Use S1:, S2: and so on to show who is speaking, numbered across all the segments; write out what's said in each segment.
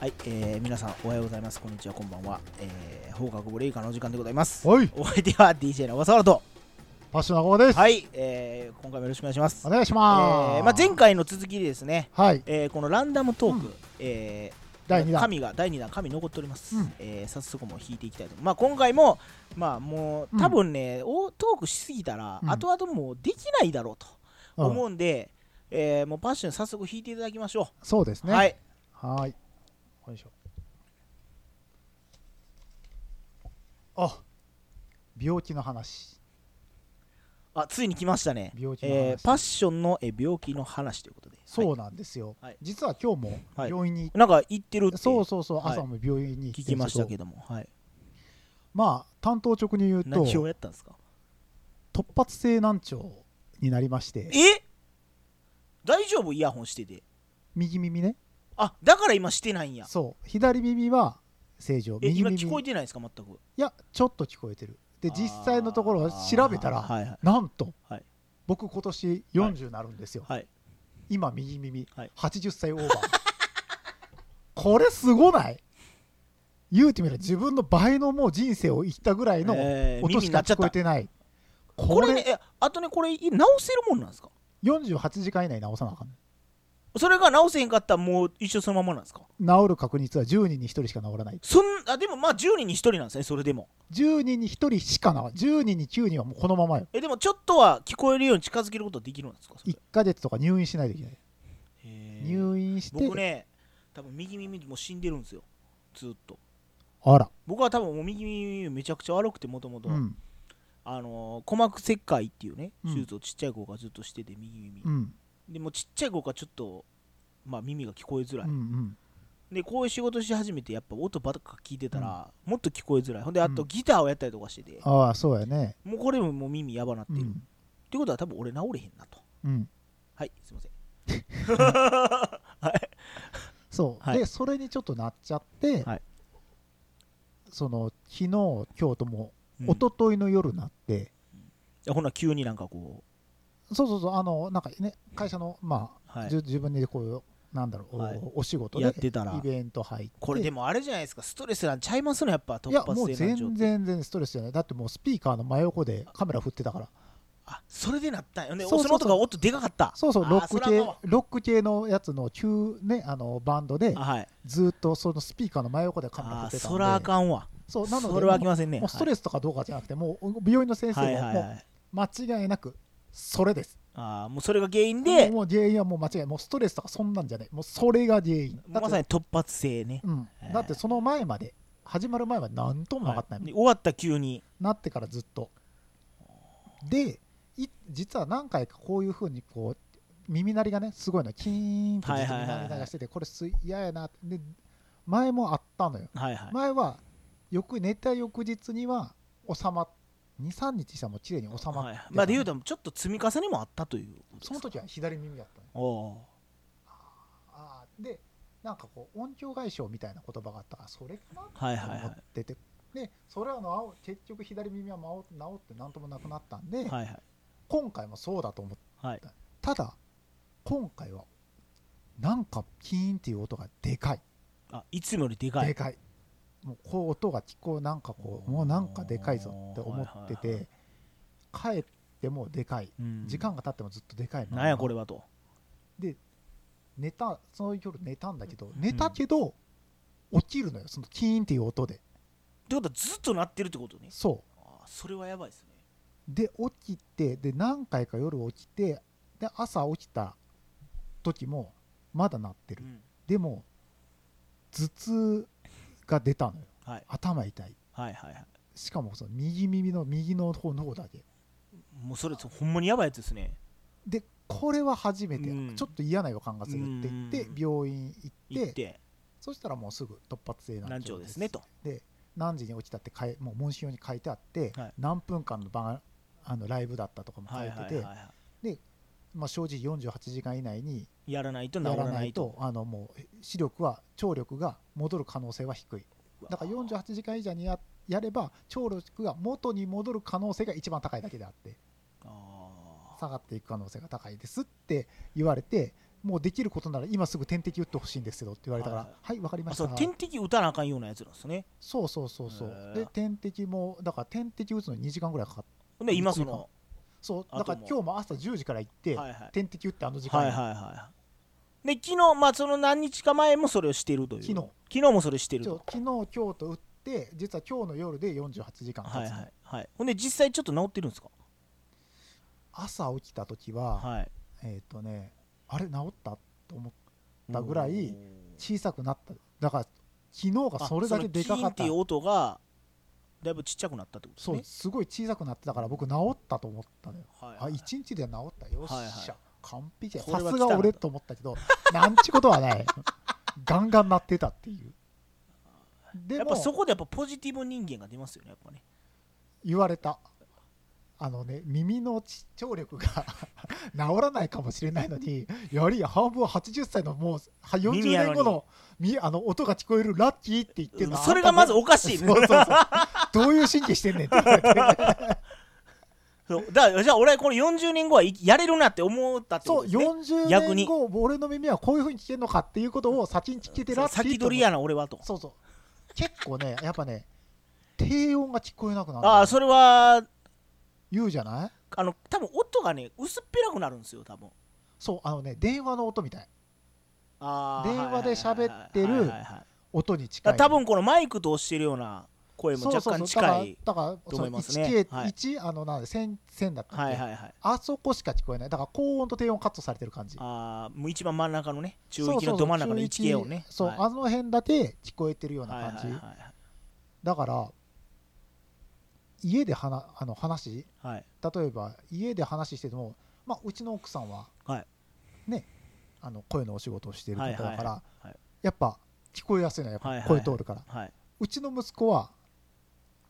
S1: はい、えー、皆さんおはようございます。こんにちは、こんばんは。えー、放課後ブレイカーのお時間でございます。
S2: はい、
S1: お相手は DJ の小笠原と、
S2: パッションのです。
S1: はい、えー、今回もよろしくお願いします。
S2: お
S1: え
S2: 願いします。
S1: ーまあ、前回の続きでですね、
S2: はい、
S1: えー、このランダムトーク、
S2: うん
S1: えー
S2: 第2弾。
S1: 神が第2弾神残っております、
S2: うん
S1: えー早速もう引いていきたいと思います、まあ、今回もまあもう
S2: うん
S1: 多分ね、おトークしすぎたら、
S2: うん
S1: 後々もうできないだろうと
S2: うん
S1: 思うんで、えーもうパッション早速引いていただきましょ
S2: そうです
S1: う、
S2: ね。
S1: は
S2: はい。
S1: い
S2: い。よいしょ。あ、病気の話。
S1: あついに来ましたね
S2: 病気の話。
S1: えーパッションの、えー病気の話ということで
S2: そう
S1: は
S2: なんですよ、
S1: はい
S2: 実は今日も
S1: はい
S2: 病院に、
S1: いなんか言ってるって
S2: そうそうそう、
S1: はい
S2: 朝も病院に行って
S1: 聞きましたけ
S2: ど、
S1: ども、はい、
S2: まあ、担当直に言うと、
S1: 何をやったんですか
S2: 突発性難聴になりまして、
S1: え大丈夫イヤホンしてて
S2: 右耳ね、
S1: あだから今してないんや
S2: そう、左耳は正常、
S1: え
S2: 右
S1: 今
S2: 耳
S1: 聞こえてないですか全く
S2: いや、ちょっと聞こえてる。で、
S1: あー
S2: 実際のところ調べたら、
S1: はいはい
S2: なんと、
S1: はい
S2: 僕、今年40になるんですよ。
S1: はい
S2: 今、右耳、
S1: はい
S2: 80歳オーバ ー。これ、すごない言うてみれば、自分の倍のもう人生を生きたぐらいの
S1: えー
S2: 音しか聞こえてない。
S1: こ
S2: こ
S1: れね
S2: れ、
S1: えあとねこれ直せるもんなんですか
S2: 48時間以内直さなあかん。
S1: それが直せへんかったらもう一生そのままなんですか
S2: 治る確率は10人に1人しか治らない。
S1: そんあでもまあ10人に1人なんですねそれでも
S2: 10人に1人しかな、10人に9人はもうこのままよ。
S1: えでもちょっとは聞こえるように近づけることできるんですかそれ
S2: 1ヶ月とか入院しないといけない。
S1: へー
S2: 入院して、
S1: 僕ね多分右耳もう死んでるんですよずっと
S2: あら、
S1: 僕は多分もう右耳めちゃくちゃ悪くてもともと
S2: うん、
S1: あのー鼓膜切開っていうね
S2: うん
S1: 手術をちっちゃい子がずっとしてて右耳、
S2: うん。
S1: でもうちっちゃい子がちょっとまあ耳が聞こえづらい、
S2: うんうん、
S1: でこういう仕事し始めてやっぱ音ばっか聞いてたら、もっと聞こえづらいほんで
S2: うん
S1: あとギターをやったりとかしてて、
S2: ああそうやね
S1: もうこれももう耳やばなって
S2: う
S1: る、っ
S2: ん、
S1: てことは多分俺治れへんなと
S2: うん、
S1: はいすいません
S2: そう、
S1: はい
S2: でそれにちょっとなっちゃって、
S1: はい
S2: その昨日今日とも
S1: うん
S2: 一昨日の夜になって、
S1: いやほんなら急になんかこ
S2: そうそうそうあのなんかね会社のまあ、
S1: はい
S2: じゅ自分でこうなんだろう、お
S1: はい
S2: お仕事
S1: う
S2: で
S1: やってたら
S2: イベント入って
S1: これでもあれじゃないですかストレスなんちゃいますのやっぱ突
S2: いや
S1: 発
S2: もう
S1: 性難
S2: 全
S1: 聴って
S2: 然全然ストレスじゃないだってもうスピーカーの真横でカメラ振ってたから
S1: あそれでなったんよね
S2: そうそうそう
S1: その音が音でかかった
S2: そうそう
S1: あー
S2: ロック
S1: そらあかん
S2: 系
S1: わ
S2: ロック系のやつの旧ねあのバンドで
S1: あはい
S2: ずーっとそのスピーカーの真横でカメラ振
S1: あ
S2: ってたんで
S1: そらあかんわ
S2: そうなので
S1: それはあきませんね
S2: もうストレスとかどうかじゃなくて、もう病院の先生
S1: はい
S2: は
S1: はいはい
S2: も
S1: はいう
S2: 間違いなくそれです。
S1: あーもうそれが原因
S2: もう
S1: で
S2: もう原因はもう間違い、もうストレスとかそんなんじゃない、もうそれが原因。だって
S1: まさに突発性ね
S2: うん
S1: えー、
S2: だってその前まで、始まる前は何ともなかった
S1: はい
S2: の
S1: で
S2: に
S1: 終わった急に
S2: なってからずっと。で、い実は何回かこういうふうにこう耳鳴りがね、すごいの、キーンとずっと
S1: はいはい
S2: 耳
S1: はいはい
S2: 鳴りがしてて、これす嫌やなってで、前もあったのよ。
S1: はいはい
S2: 前はよく寝た翌日には収まっ23日したらもう綺麗に収まって、
S1: はいまあで言うとちょっと積み重ねもあったという
S2: その時は左耳だったのよ
S1: お
S2: あーでなんかこう音響外傷みたいな言葉があったからそれかな
S1: はい
S2: と
S1: はいはい
S2: 思ってて、でそれはの結局左耳は治って何ともなくなったんで、
S1: はいはい
S2: 今回もそうだと思って
S1: はい
S2: ただ今回はなんかキーンっていう音がでかい、
S1: あいつもよりでか
S2: で
S1: い
S2: かいもうこう音が聞こうなんかこうもうなんかでかいぞって思って
S1: おー
S2: て、帰ってもでかい
S1: うん
S2: 時間が経ってもずっとでかいまま
S1: なんやこれはと
S2: 寝たその夜寝たんだけど寝たけど、起きるのよそのキーンっていう音で
S1: ってことはずっと鳴ってるってことね
S2: そ
S1: あーそれはやばいですね
S2: うで起きてで何回か夜起きてで朝起きた時もまだ鳴って
S1: う
S2: る
S1: ん
S2: でも頭痛が出たのよ
S1: はい
S2: 頭痛い
S1: はいはいはい
S2: しかもその右耳の右の方の方だけ
S1: もうそれほんまにやばいやつですね
S2: でこれは初めて、
S1: うん
S2: ちょっと嫌な予感がするって言って
S1: うん
S2: 病院行って
S1: 行って
S2: そしたらもうすぐ突発性
S1: 難聴ですねと
S2: で何時に起きたってかえもう問診用に書いてあって、
S1: はい
S2: 何分間の番あのライブだったとかも書いてて、
S1: い
S2: まあ、正直48時間以内に
S1: やらないと
S2: や
S1: 治ら
S2: ら
S1: な
S2: ないい
S1: と
S2: とあのもう視力は聴力が戻る可能性は低いだから48時間以上にややれば聴力が元に戻る可能性が一番高いだけであって
S1: あー
S2: 下がっていく可能性が高いですって言われてもうできることなら今すぐ点滴打ってほしいんですけどって言われたから
S1: はい
S2: はいわかりま
S1: あ
S2: した
S1: そう点滴打たなあかんようなやつなんですね
S2: そうそうそうそう
S1: へー
S2: で点滴もだから点滴打つのに2時間ぐらいかかって
S1: ほんで今その
S2: そう
S1: あ
S2: だ
S1: とも
S2: から今日も朝10時から行って、
S1: はいはい
S2: 点滴打ってあの時間
S1: はい
S2: に、
S1: はいはいで昨日まあその何日か前もそれをしてるという
S2: 昨日
S1: もそれしてる
S2: ちょ
S1: と
S2: 昨日今日と打って実は今日の夜で48時間経つの、
S1: はいはいはいほんで実際ちょっと治ってるんですか
S2: 朝起きた時は、
S1: はい
S2: えっ、とねあれ治ったと思ってだぐらい小さくなっただから昨日がそれだけでかか
S1: あその
S2: っ
S1: キ
S2: た
S1: ーンっていう音がだいぶちっちゃくなったってことです
S2: そ
S1: ね
S2: うすごい小さくなってたから僕治ったと思ったのよ
S1: はい
S2: あ一1日で治ったよっしゃ、
S1: はいはい
S2: 完璧や
S1: これ
S2: さ
S1: は
S2: す
S1: 来たな
S2: が俺と思ったけど なんちことはないガンガンなってたっていうで
S1: やっぱ
S2: も
S1: そこでやっぱポジティブ人間が出ますよねやっぱね
S2: 言われたあのね耳のち聴力が 治らないかもしれないのにやりや半分80歳のもうは40
S1: 耳やの
S2: 年
S1: に
S2: 後のみあの音が聞こえるラッキーって言ってるの
S1: それがまずおかしい
S2: そうそうそうどういう神経してんねんって言われて
S1: そうだからじゃあ俺これ40年後はいやれるなって思ったってこ
S2: そ
S1: と
S2: う
S1: ですね
S2: 40
S1: 逆
S2: 年
S1: に
S2: 後俺の耳はこういうふうに聞けるのかっていうことを先に聞けてラッキーと思う
S1: 先取りやな俺はと
S2: そうそう結構ね やっぱね低音が聞こえなくなる
S1: ああそれは
S2: 言うじゃない
S1: あの多分音がね薄っぺらくなるんですよ多分
S2: そうあのね電話の音みたい
S1: あー
S2: 電話で喋って
S1: はい
S2: る
S1: はいはいはいはい
S2: 音に
S1: だか
S2: 近
S1: ら
S2: い
S1: 多分このマイクとしてるような声も
S2: そうそうそ
S1: 若干
S2: う
S1: 近い
S2: だからだから
S1: と思いますね
S2: その 1K
S1: はい
S2: 1あのなんで線線だったっけ
S1: はいはいはい
S2: あそこしか聞こえないだから高音と低音カットされてる感じ
S1: あーもう一番真ん中のね中
S2: そう
S1: 域
S2: そ
S1: の
S2: うそ
S1: ど
S2: う
S1: 真ん中の
S2: 中
S1: 1K をね
S2: そう、
S1: はい
S2: あの辺だけ聞こえてるような
S1: はい
S2: 感じ、
S1: はいはい
S2: だから家で話あの話
S1: はいはい
S2: 例えば家で話してても、まあ、うちの奥さんは、
S1: はい
S2: ね、あの声のお仕事をしている方だから、
S1: はいはいはい
S2: やっぱ聞こえやすいのはやっ
S1: はい
S2: ぱ
S1: はいはい
S2: 声通るから、
S1: はい、
S2: うちの息子は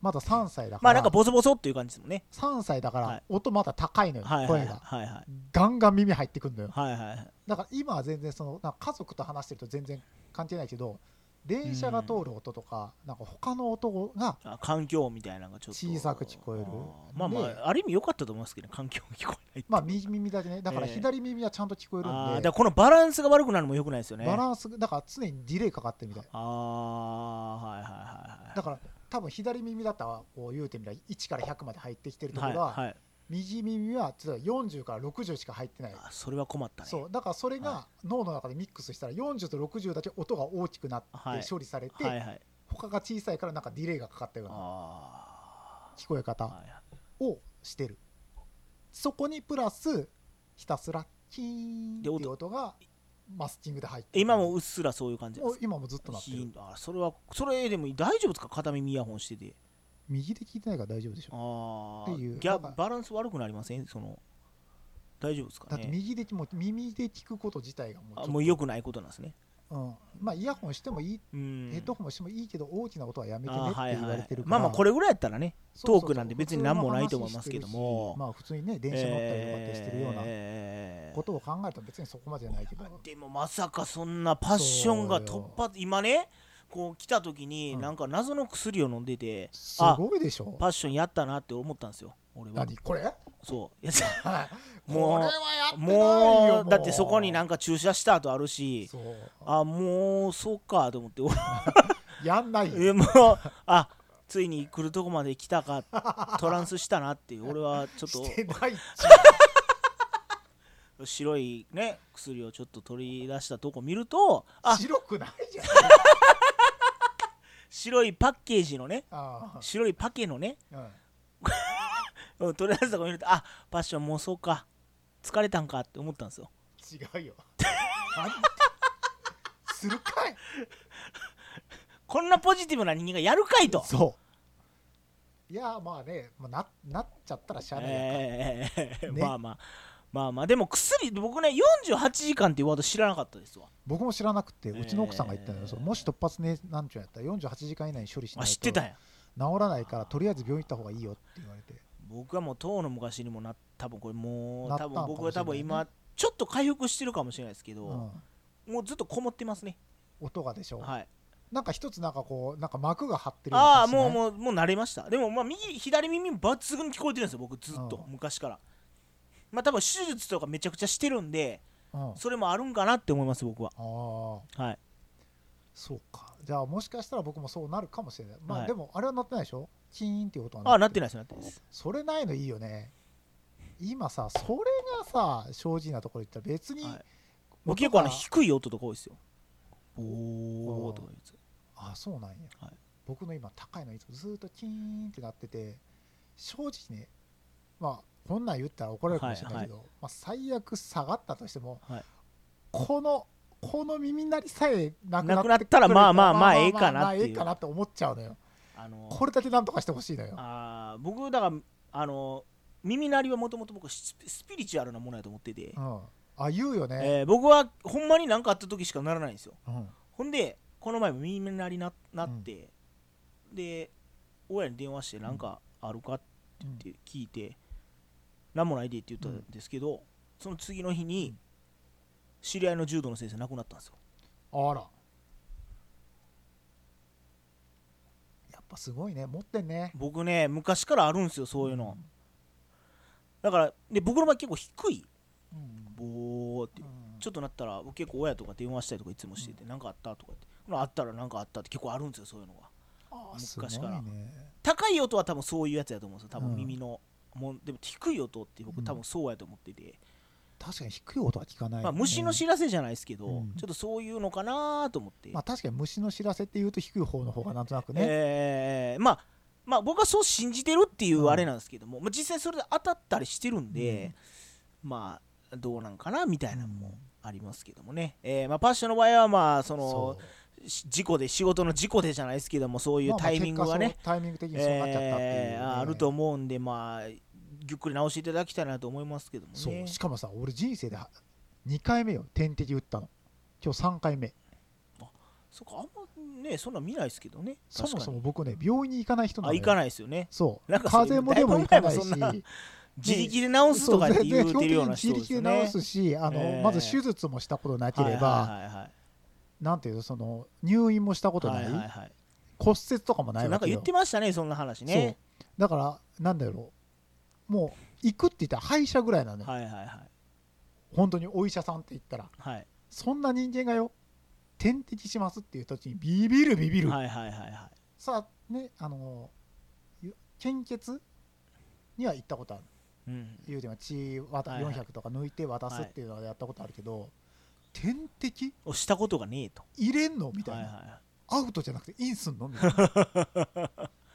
S2: まだ3歳だ
S1: ま
S2: か
S1: あな
S2: ら、
S1: んかボソボソっていう感じですもんね
S2: 3歳だか
S1: はい
S2: ら音まだ高いのよ、
S1: はいはい
S2: 声
S1: は
S2: が
S1: いはい
S2: ガンガン耳入ってくるのよ
S1: はいはいはい
S2: だから今は全然そのなんか家族と話してると全然関係ないけど電車が通る音とか、なんか他の音が
S1: あ環境みたいなのがちょっと
S2: 小さく聞こえる
S1: あーまあま
S2: で
S1: あある意味良かったと思いますけどね環境が聞こえないって
S2: まあ右耳だけねだから
S1: ええ
S2: 左耳はちゃんと聞こえるんで、
S1: あーだからこのバランスが悪くなるのも良くないですよね
S2: バランスだから常にディレイかかってるみたい
S1: ああはいはいはいはい
S2: だから多分左耳だったらこう言うてみたら1から100まで入ってきてるとこ
S1: はい
S2: ろは
S1: はい
S2: 右耳は例えば40から60しか入ってない
S1: あそれは困ったね
S2: そうだからそれが脳の中でミックスしたら40と60だけ音が大きくなって
S1: はい
S2: 処理されて
S1: はいはい
S2: 他が小さいからなんかディレイがかかったような
S1: あ
S2: 聞こえ
S1: あ
S2: 方
S1: はいはい
S2: をしてるそこにプラスひたすらキーンっ
S1: で
S2: ていう
S1: 音
S2: 音がマスキングで入って
S1: 今もうっすらそういう感じなん
S2: も
S1: で
S2: う
S1: すか
S2: 今もずっとなって
S1: ヒー
S2: る
S1: ンあそれはそれでも大丈夫ですか片耳イヤホンしてて
S2: 右で聞いてないから大丈夫でしょ
S1: ああ
S2: っていう
S1: ギャ
S2: なんか
S1: バランス悪くなりませんその大丈夫ですか
S2: だって
S1: ね
S2: 右でもう耳で聞くこと自体がもうちょっ
S1: あ
S2: と
S1: もう良くないことなんですね
S2: うん、まあイヤホンしてもいい、
S1: うん
S2: ヘッドホンしてもいいけど大きな音はやめてね
S1: あ
S2: っ
S1: ー
S2: て
S1: はい
S2: 言
S1: は
S2: われ
S1: い
S2: てるから
S1: まあまあこれぐらいやったらね
S2: そうそう
S1: ト
S2: そ
S1: ー
S2: う
S1: クなんて別に何もないと思いますけども
S2: 普通の話してるしまあ普通にね電車乗ったりとかってしてるような
S1: えー
S2: ことを考えたら別にそこまでじゃないけど、
S1: でもまさかそんなパッションが突破今ねこう来た時に
S2: うん
S1: なんか謎の薬を飲んでて、
S2: す
S1: あ
S2: ごいでしょ
S1: パッションやったなって思ったんですよ俺は
S2: 何これ
S1: そうい やもう
S2: もこれはやってないよ
S1: もうだってそこになんか注射した後あるし
S2: そう
S1: あもうそうかと思って
S2: やんない よ
S1: えもうあついに来るとこまで来たかトランスしたなっていう俺はちょ
S2: し
S1: って
S2: ないっち
S1: と白いね薬をちょっと取り出したとこ見るとあ
S2: 白くないじゃん
S1: 白いパッケージのね
S2: あ
S1: 白いパケのね
S2: あ、うん
S1: うん取り出したとこ見るとあパッションもうそうか疲れたんかって思ったんですよ
S2: 違 うよなんてするかい
S1: こんなポジティブな人間がやるかいと
S2: そういやまあね、まあ、ななっちゃったらしゃあないやんか、
S1: えー
S2: ね
S1: まあまあまあまあでも薬僕ね48時間っていうワード知らなかったですわ
S2: 僕も知らなくて、うちの奥さんが言ったの
S1: えー
S2: よ、そうもし突発ねなんちゅうやったら48時間以内に処理しな
S1: あ
S2: い
S1: 知っ
S2: と
S1: てたんや
S2: 治らないからとりあえず病院行った方がいいよって言われて
S1: 僕はもう当の昔にもな多分これもう
S2: なった
S1: 多
S2: んか
S1: 分
S2: も
S1: 僕は多分
S2: しれないね
S1: 今ちょっと回復してるかもしれないですけ
S2: う
S1: ど、
S2: ん、
S1: もうずっとこもってますね
S2: 音がでしょ、
S1: はい
S2: なんか一つなんかこうなんか膜が張ってるような
S1: ああ
S2: 感じし
S1: も
S2: ないう
S1: もうもう慣れましたでもまあ右左耳抜群に聞こえてるんですよ僕ずっと
S2: うん
S1: 昔からまあ多分手術とかめちゃくちゃしてるんで
S2: うん、あ
S1: それもあるんかなって思います僕は
S2: あ
S1: はい
S2: そうかじゃあもしかしたら僕もそうなるかもしれないまあ、
S1: はい
S2: でもあれはなってないでしょキーンっていう音は
S1: あなって
S2: ない
S1: ないですなってないです
S2: それないのいいよね今さそれがさ正直なところ言ったら別に、
S1: はい
S2: 音が
S1: 僕結構あの低い音とか多いですよおーとかいうやつ
S2: あそうなんや、
S1: はい
S2: 僕の今高いのいつもずーっとキーンってなってて正直ねまあこんなん言ったら怒られるかもしれないけど、まあ、最悪下がったとしても、
S1: はい
S2: このこの耳鳴りさえなく
S1: な
S2: な
S1: くな
S2: っ
S1: ってたら
S2: くれると
S1: まあまあまあええかなっていう
S2: まあええかなって思っちゃうのよ
S1: あの
S2: これだけなんとかしてほしいのよ
S1: あー僕だからあの耳鳴りはもともと僕スピスピリチュアルなものやと思ってて、
S2: うん、あ言うよね、
S1: えー僕はほんまに何かあった時しかならないんですよ
S2: うん
S1: ほんでこの前も耳鳴りななって、で親に電話して何かあるかっ
S2: うん
S1: て聞いて「何もないで」って言ったんですけど、その次の日
S2: う
S1: に
S2: ん
S1: 知り合いの柔道の先生亡くなったんですよ
S2: あらやっぱすごいね持ってんね
S1: 僕ね昔からあるんですよそういうの、だからで僕の場合結構低い
S2: うん、
S1: ボーってちょっとなったら僕結構親とか電話したりとかいつもしてて何、なん、かあったとかってほなあったら何かあったって結構あるんですよそういうのが
S2: あーすごい
S1: 昔から
S2: ね
S1: 高い音は多分そういうやつやと思うんですよ多
S2: う
S1: 分
S2: ん
S1: 耳の、もんでも低い音って僕多分そうやと思ってて、
S2: 確かに低い音は聞かない、ね
S1: まあ、虫の知らせじゃないですけど、
S2: うん
S1: ちょっとそういうのかなと思って、
S2: まあ確かに虫の知らせっていうと低い方の方がなんとなくね、
S1: えーまあまあ僕はそう信じてるっていう
S2: うん
S1: あれなんですけども、まあ、実際それで当たったりしてるんで、まあどうなんかなみたいなのもありますけどもね、えーまあ、パッションの場合はまあその
S2: そう
S1: し事故で仕事の事故でじゃないですけどもそういう
S2: まあまあ
S1: タイミングはね
S2: 結果そうタイミング的にそうなっちゃったっていうね、
S1: えーあると思うんでまあゆっくり直していただきたいなと思いますけども
S2: そう、
S1: ね
S2: しかもさ俺人生で2回目よ点滴打ったの今日3回目
S1: そっかあんまねそんなん見ないですけどね
S2: そもそ
S1: 確
S2: も僕ね病院に行かない人
S1: か
S2: なの
S1: にあ
S2: よ
S1: 行かないですよね
S2: そう
S1: なんかそうい
S2: 風
S1: う
S2: 邪もでも行かない
S1: だいぶ前もそん
S2: し
S1: 自力で直すとかって言うてるような人
S2: そう
S1: ですよ
S2: 全然基本的に自力で
S1: ね
S2: 治すしあの、
S1: えー
S2: まず手術もしたことなければ、
S1: はいはいはい
S2: なんていうのその入院もしたことな、
S1: はいいはいはいはい
S2: 骨折とかもな
S1: そ
S2: いう
S1: な
S2: わ
S1: んか
S2: け
S1: 言
S2: よ
S1: ってましたねそんな話ね
S2: そうだからなんだろうもう行くって言ったら歯医者ぐらいなのよ、
S1: はいはいはい
S2: 本当にお医者さんって言ったら
S1: はい
S2: そんな人間がよ点滴しますっていう時にビビるビビる、
S1: はいはいはいは
S2: さあねあのゆ献血には行ったことある
S1: いうん
S2: 言うても血渡
S1: はいはい
S2: 400とか抜いて渡すっていうのはやったことあるけど、点滴
S1: おしたことがねえと
S2: 入れんのみたい
S1: は
S2: な、
S1: いは
S2: アウトじゃなくてインすんのみた いな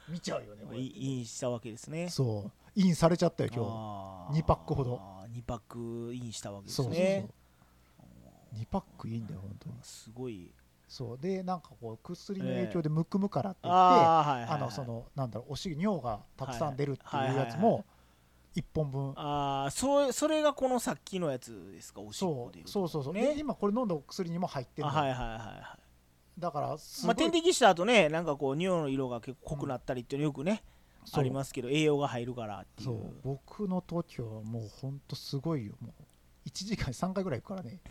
S2: 見ちゃうよね
S1: い
S2: こ
S1: は
S2: れ
S1: いいいいしたわけですね
S2: そうインされちゃったよ今日
S1: 日
S2: 二パックほど
S1: 2パックインしたわけで
S2: そ
S1: す
S2: うそうそう、
S1: ね
S2: 2パックいいんだよ本当に
S1: すごい
S2: そうでなんかこう薬の影響でむくむからって言って、
S1: あーはいはいはい
S2: あのそのなんだろうお尻尿がたくさん出るって
S1: はい
S2: い
S1: は
S2: う
S1: いはい
S2: やつも1本分
S1: ああそうそれがこのさっきのやつですかおしっこ
S2: そ
S1: でいうう
S2: そうそうそう
S1: ね
S2: で今これ飲んだお薬にも入ってる
S1: あはい
S2: だ
S1: はいはいは
S2: から
S1: い
S2: す
S1: ま
S2: ご
S1: あ点
S2: い
S1: 滴した後ねなんかこう尿の色が結構濃くなったりっていうのよくね、
S2: そう
S1: ありますけど栄養が入るからっていう
S2: そう僕の時はもうほんとすごいよもう1時間に3回ぐらい行くからね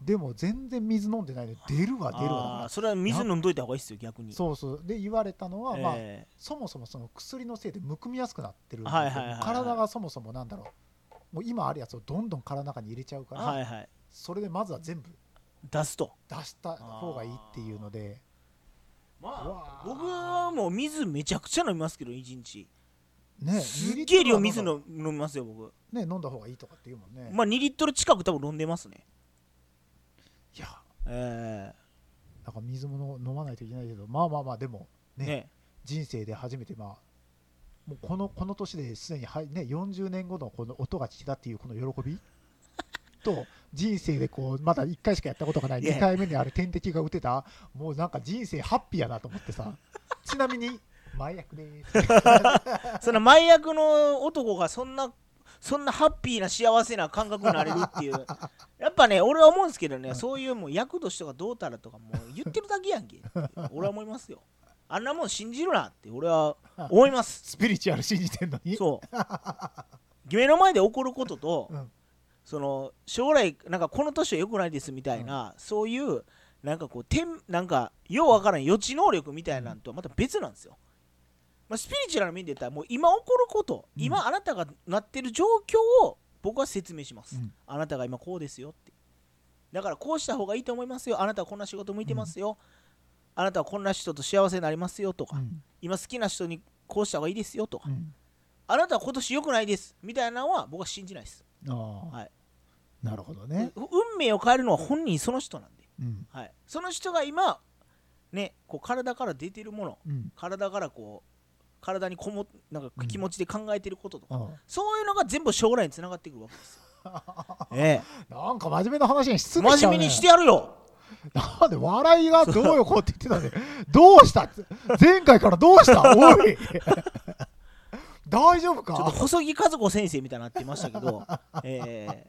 S2: でも全然水飲んでないで出るわ出る
S1: あ
S2: わ
S1: ーそれは水飲んどいた方がいいですよ逆に
S2: だそうそうで言われたのは、まあ
S1: え
S2: そもそもその薬のせいでむくみやすくなってるんで
S1: はいはいはいはい
S2: 体がそもそもなんだろうもう今あるやつをどんどん体の中に入れちゃうか
S1: ー
S2: ら、
S1: はいはい
S2: それでまずは全部
S1: 出すと
S2: 出した方がいいっていうのでう
S1: ま
S2: わ
S1: あ
S2: ー
S1: 僕はもう水めちゃくちゃ飲みますけど一日、
S2: ね
S1: すっげえ量
S2: 2リッ
S1: 水
S2: トルは
S1: の飲みますよ僕
S2: 飲んだね飲んだ方がいいとかって言うもんね、
S1: まあ2リットル近く多分飲んでますね
S2: いや
S1: え
S2: だから水も飲まないといけないけどまあまあまあでも
S1: え
S2: ね
S1: ね
S2: 人生で初めてまあもうこのこの年ですでにはい、ね、40年後のこの音が聞けたっていうこの 喜びと人生でこうまだ1回しかやったことがない
S1: いや
S2: 2回目にある点滴が打てたもうなんか人生ハッピーやなと思っ てさちなみに前役でー す
S1: その前役の男がそんなそんなハッピーな幸せな感覚になれるっていうやっぱね俺は思うんですけどね、そういうもう役年とかどうたらとかもう言ってるだけやんけ俺は思いますよあんなもん信じるなって俺は思います
S2: スピリチュアル信じてんのに
S1: そう目の前で起こることと、
S2: うん
S1: その将来なんかこの年は良くないですみたいな、そういうなんかこうてなんかようわからん予知能力みたいなんとはまた別なんですよ、まあ、スピリチュアルな面で言ったらもう今起こること、
S2: うん
S1: 今あなたがなってる状況を僕は説明します、
S2: うん
S1: あなたが今こうですよってだからこうした方がいいと思いますよあなたはこんな仕事向いてますよ、あなたはこんな人と幸せになりますよとか、
S2: うん
S1: 今好きな人にこうした方がいいですよとか、
S2: うん
S1: あなたは今年良くないですみたいなのは僕は信じないです、
S2: ああ、
S1: はい
S2: なるほどね、
S1: う運命を変えるのは本人その人なんで、
S2: うん
S1: はい、その人が今ねこう体から出てるもの
S2: うん、
S1: 体からこう体にこもなんか気持ちで考えてることとか、
S2: あ
S1: そういうのが全部将来につながってくるわけですよえ
S2: あなんか真面目な話に
S1: え
S2: 失礼し
S1: 真
S2: た、ね、
S1: 面目にしてやるよ
S2: なんで笑いがどうよこうって言ってたね。どうした前回からどうしたおい 大丈夫
S1: ちょっと
S2: か
S1: 細木和子先生みたいになってましたけどえ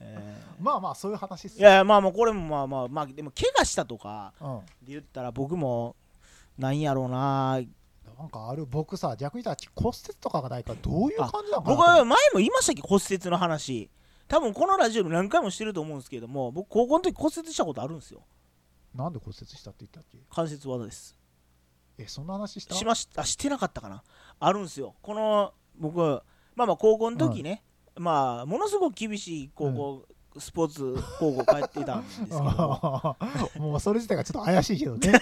S1: ええ
S2: まあまあそういう話っ
S1: え
S2: す
S1: い
S2: よ。
S1: やまあまあこれもまあまあまあでも怪我したとか
S2: うん、
S1: で言ったら僕もなんやろうな
S2: なんかある僕さ逆に言ったら骨折とかがないからどういう感じなのかな
S1: 僕は前も言いましたっけ骨折の話多分このラジオで何回もしてると思うんですけども僕高校の時骨折したことあるんですよ
S2: なんで骨折したって言ったっけ
S1: 関節技です
S2: えそんな話した
S1: しましたあしてなかったかなあるんですよこの僕まあまあ高校の時ね、まあものすごく厳しい高校、スポーツ高校帰ってたんですけども
S2: あーもうそれ自体がちょっと怪しいけ どね。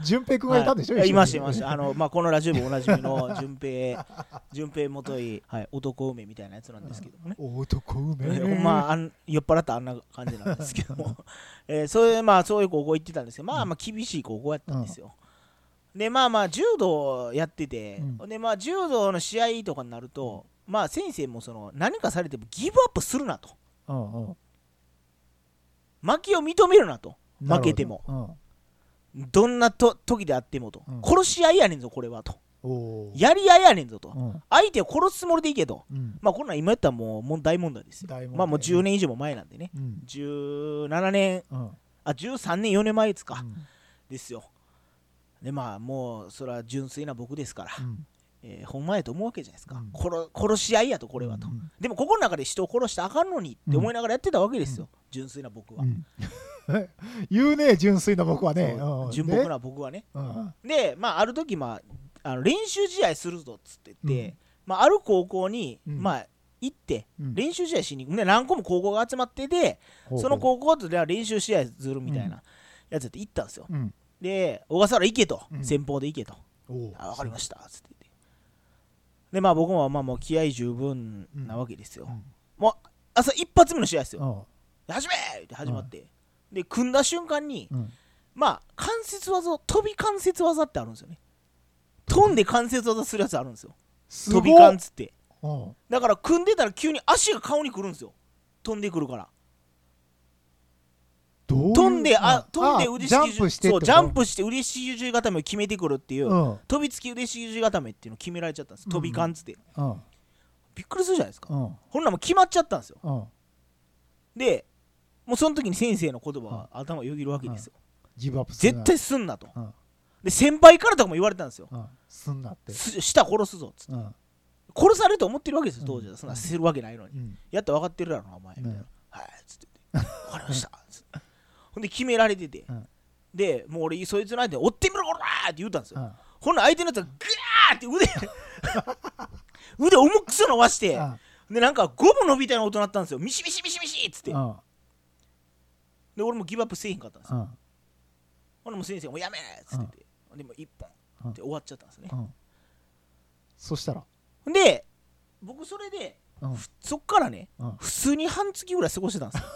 S2: 順平君がいたんでしょ、
S1: はいいましたい
S2: 一緒に
S1: ましたあの、まあ、このラジオもおなじみの順平順平元い、はい、男梅みたいなやつなんですけどもね
S2: 男梅。
S1: えーほんまあん酔っ払ったらあんな感じなんですけど も、えーそういうまあそういう高校行ってたんですけどまあまあ厳しい高校やったんですよ、でまあまあ柔道やってて、
S2: う
S1: でまあ柔道の試合とかになるとまあ先生もその何かされてもギブアップするなと
S2: うんうん
S1: 負けを認めるなと
S2: なるほど
S1: 負けても。
S2: うん
S1: どんなと時であってもと、
S2: うん
S1: 殺し合いやねんぞこれはと
S2: おー
S1: やり合いやねんぞと、
S2: うん
S1: 相手を殺すつもりでいいけと
S2: うん
S1: まあこんなん今やったらもうもう大問題ですよ
S2: 大問題
S1: まあもう10年以上も前なんでね
S2: うん
S1: 17年
S2: うんうん
S1: あ13年4年前ですか、ですよでまあもうそれは純粋な僕ですから、
S2: うん
S1: えーほんまやと思うわけじゃないですか、
S2: うん
S1: 殺殺し合いやとこれはと、
S2: うん
S1: でもここの中で人を殺してあかんのにって思いながらやってたわけですよ、純粋な僕は、
S2: 言うね純粋な僕はね
S1: そう
S2: うん
S1: 純朴な僕はね
S2: でうん
S1: でまあある時まああの練習試合するぞっつって言って、
S2: うん
S1: まあ、ある高校に、
S2: うん
S1: まあ行って
S2: うん
S1: 練習試合しに行く、ね、何個も高校が集まってて
S2: ほうほう
S1: その高校とでは練習試合するみたいなやつやって行ったんですよ、
S2: うん
S1: で小笠原行けと、
S2: うん
S1: 先方で行けと
S2: おう
S1: あ分かりましたつって言ってでまあ僕もまあもう気合十分なわけですよ、
S2: うん
S1: もう朝一発目の試合ですよ、
S2: うん
S1: 始めーって始まって、で組んだ瞬間に、
S2: うん
S1: まあ関節技飛び関節技ってあるんですよね飛んで関節技するやつあるんですよ
S2: す
S1: 飛
S2: ご
S1: び関
S2: い
S1: っつって
S2: うん
S1: だから組んでたら急に足が顔にくるんですよ飛んでくるから
S2: どういう
S1: 飛んで
S2: うん
S1: あ飛んで
S2: あ
S1: 腕
S2: ジャ
S1: 利
S2: ン
S1: き
S2: プ
S1: 十
S2: してって
S1: そ
S2: こ
S1: う
S2: と
S1: ジャンプして腕利き十字固めを決めてくるっていう、
S2: うん
S1: 飛びつき腕利き十字固めっていうのを決められちゃったんです、飛び関っつって
S2: うん
S1: びっくりするじゃないですか、
S2: うん
S1: ほんなんもう決まっちゃったんですよ
S2: うん
S1: でもうその時に先生の言葉は頭よぎるわけですよ、
S2: ギブアップするな
S1: 絶対すんなと
S2: うん
S1: で先輩からとかも言われたんですよ
S2: うんすんなって
S1: す舌殺すぞっつって
S2: うん
S1: 殺されると思ってるわけですよ
S2: うん
S1: 当時はそんなするわけないのに、
S2: うん
S1: やったら分かってるだろなお前、
S2: う
S1: みたいなんはいっつって 言って分かりましたつってほんで決められてて、
S2: うん
S1: でもう俺そいつの相手に追ってみろこらーって言ったんですよ、
S2: うん
S1: ほんなら相手のやつがグワーって腕 腕重くそ伸ばして、でなんかゴムのみたいな音鳴ったんですよミシミシミシミシっつって、
S2: うん
S1: で俺もギブアップせえへんかったんですよ、
S2: う
S1: ほ
S2: ん
S1: んならもう先生がもうやめーっつってて、でもう一本って終わっちゃったんですね
S2: う、んそしたら
S1: ほんで僕それで
S2: うん
S1: そっからね
S2: うん
S1: 普通に半月ぐらい過ごしてたんですよ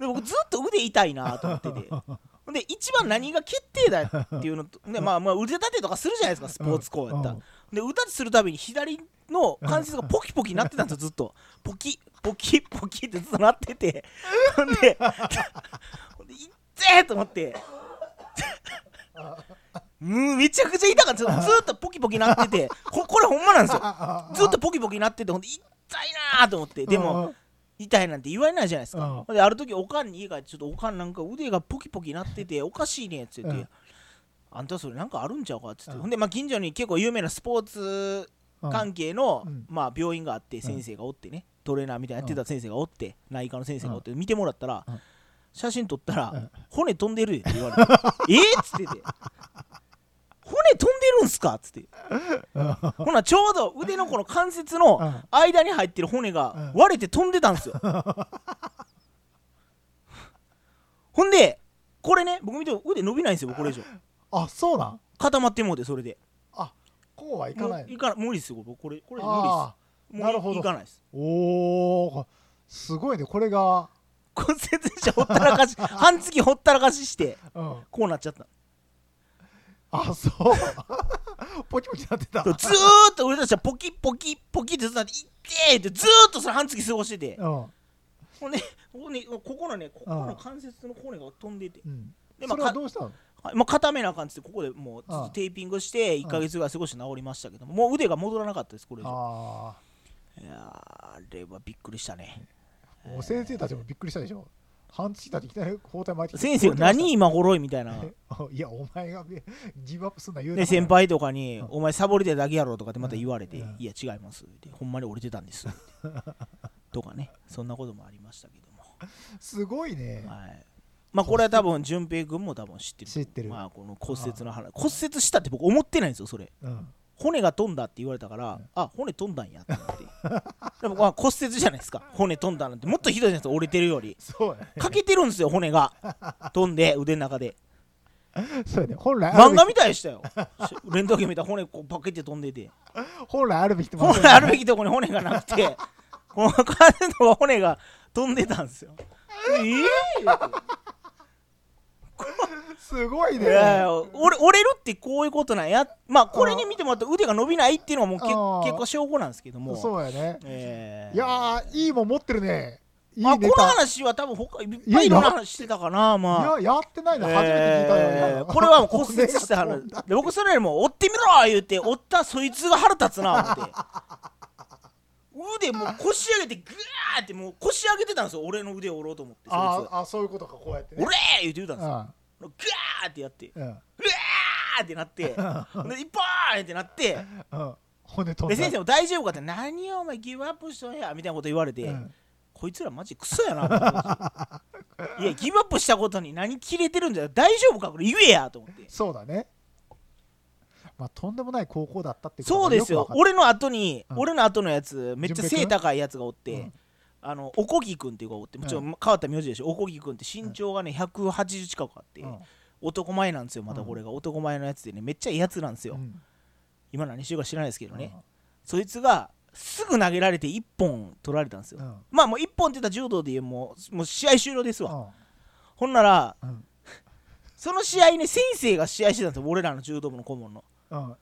S1: で僕ずっと腕痛いなと思って てほんで一番何が決定だっていうの と、ねまあ、まあ腕立てとかするじゃないですかスポーツこうやったら、
S2: うん
S1: で腕立てするたびに左の関節がポキポキなってたんですよずっとポキポキポキってずっとなっててほんでほんで「いって!」と思ってうんめちゃくちゃ痛かったんですよずっとポキポキなっててここれほんまなんですよ
S2: ああ
S1: ずっとポキポキなっててほんで痛いなーと思ってで
S2: うんう
S1: も
S2: ん
S1: 痛いなんて言われないじゃないですか
S2: うん
S1: ほんである時おかんに家帰ってちょっとおかんなんか腕がポキポキなってておかしいねっつって
S2: うん
S1: あんたそれなんかあるんちゃうかっつって
S2: うん
S1: ほんでまあ近所に結構有名なスポーツ
S2: うん
S1: 関係の
S2: うん
S1: まあ病院があって先生がおってねトレーナーみたいなやってた先生がおって内科の先生がおって見てもらったら
S2: うん
S1: 写真撮った
S2: う
S1: ら
S2: ん
S1: 骨飛んでるでって言われてえっつってて骨飛んでるるんすか?」っつってほなちょうど腕のこの関節の
S2: うん
S1: 間に入ってる骨が
S2: うん
S1: 割れて飛んでたんですよほんでこれね僕見ても腕伸びないんですよこれ以上
S2: あそうなん
S1: 固まってもうてそれで
S2: こうはいか
S1: も
S2: な
S1: う
S2: い
S1: いか無理ですよ僕これこれ無理です
S2: あ
S1: もう
S2: なるほど
S1: いかないです
S2: あおーすごいねこれが、
S1: 骨折してほったらかし半月ほったらかしして
S2: うん、
S1: こうなっちゃった
S2: あそう ポキポキなってた
S1: そうずーっと俺たちはポキッポキッポキッってずっとなって「いってー!」ってずーっとそれ半月過ごしてて
S2: うん
S1: ほんでほんでここのねここの関節の骨が飛んでて
S2: うん、
S1: でま
S2: そ
S1: あ
S2: れはどうしたの
S1: はいまあ、固めなあかんっつってここでもうずっ
S2: あ
S1: と
S2: あ
S1: テーピングして1か月ぐらい過ごして治りましたけどもう腕が戻らなかったですこれ以上
S2: あ
S1: いやーあれはびっくりしたね
S2: あもう先生たちもびっくりしたでしょ半月たっていきなり包帯巻いてきて
S1: 先生が何今頃いみたいな
S2: いやお前がねギブアップすんな言うな
S1: で先輩とかに
S2: うん
S1: 「お前サボりてるだけやろ」とかってまた言われて
S2: うん
S1: 「いや違います」って「ほんまに折れてたんです」とかねそんなこともありましたけども
S2: すごいね
S1: はいまあこれは多分淳平君も多分知ってる
S2: 知ってる
S1: まあこの骨折の話骨折したって僕思ってないんですよそれ
S2: うん
S1: 骨が飛んだって言われたから、あ骨飛んだんやって思ってでもまあ骨折じゃないですか骨飛んだなんてもっとひどいじゃないですか折れてるより
S2: そうや
S1: 欠けてるんですよ骨 が飛んで腕の中で
S2: ねそうやね本来あ
S1: 漫
S2: る
S1: 画
S2: べ
S1: みたいで したよしレントゲン見たら骨こうパケって飛んでて
S2: き本来あるべきっても
S1: 本
S2: んだよね
S1: 来あるべきとこに骨がなくて この彼の骨が飛んでたんですよええ
S2: すごい
S1: い
S2: ね
S1: やいや折れ折れるってこういうことなんやまあこれに見てもらったら腕が伸びないっていうのはもうけ
S2: あー
S1: 結構証拠なんですけども
S2: そうやね
S1: ええ
S2: いやーいいもん持ってるねいい
S1: あこ
S2: ネ
S1: の
S2: タ
S1: 話は多分他いっ
S2: い
S1: ぱ
S2: や
S1: いいろんな話してたかなまあ
S2: いややってないな初めて聞いたよ
S1: え
S2: 今
S1: ーこれはもう骨折した
S2: 骨が
S1: 話
S2: 飛んだ
S1: で僕それよりも「追ってみろ!」言うて追ったそいつが腹立つな 思って腕もう腰上げてグワーってもう腰上げてたんですよ俺の腕を折ろうと思ってそいつ
S2: あ
S1: が
S2: ーあそういうことかこうやって
S1: 「折
S2: ね
S1: れ!」言うて言うたんですよグワーってやって
S2: うんうん
S1: グワーってなってで一本ってなって
S2: うん骨飛ん
S1: で
S2: だ
S1: 先生も「大丈夫か?」って「何をお前ギブアップしとんや」みたいなこと言われて、
S2: うん
S1: こいつらマジクソやないやギブアップしたことに何切れてるんじゃ大丈夫かこれ言えやと思って
S2: そうだね。まあ、とんでもない高校だったってことが
S1: そうですよ
S2: くわかっ
S1: 俺の後に、
S2: うん
S1: 俺の後のやつめっちゃ
S2: 順平君
S1: 背高いやつがおって、
S2: うん
S1: あのおこぎくんっていう子がおってもちろん変わった名字でしょおこぎくんって身長がね180近くあって、
S2: うん
S1: 男前なんですよまたこれが、男前のやつでねめっちゃいいやつなんですよ、
S2: うん
S1: 今何してるか知らないですけどね、
S2: うん
S1: そいつがすぐ投げられて1本取られたんですよ、
S2: うん
S1: まあもう1本って言ったら柔道で言うもうもう試合終了ですわ、
S2: うん
S1: ほんなら
S2: うん
S1: その試合ね先生が試合してたんですよ俺らの柔道部の顧問の
S2: うん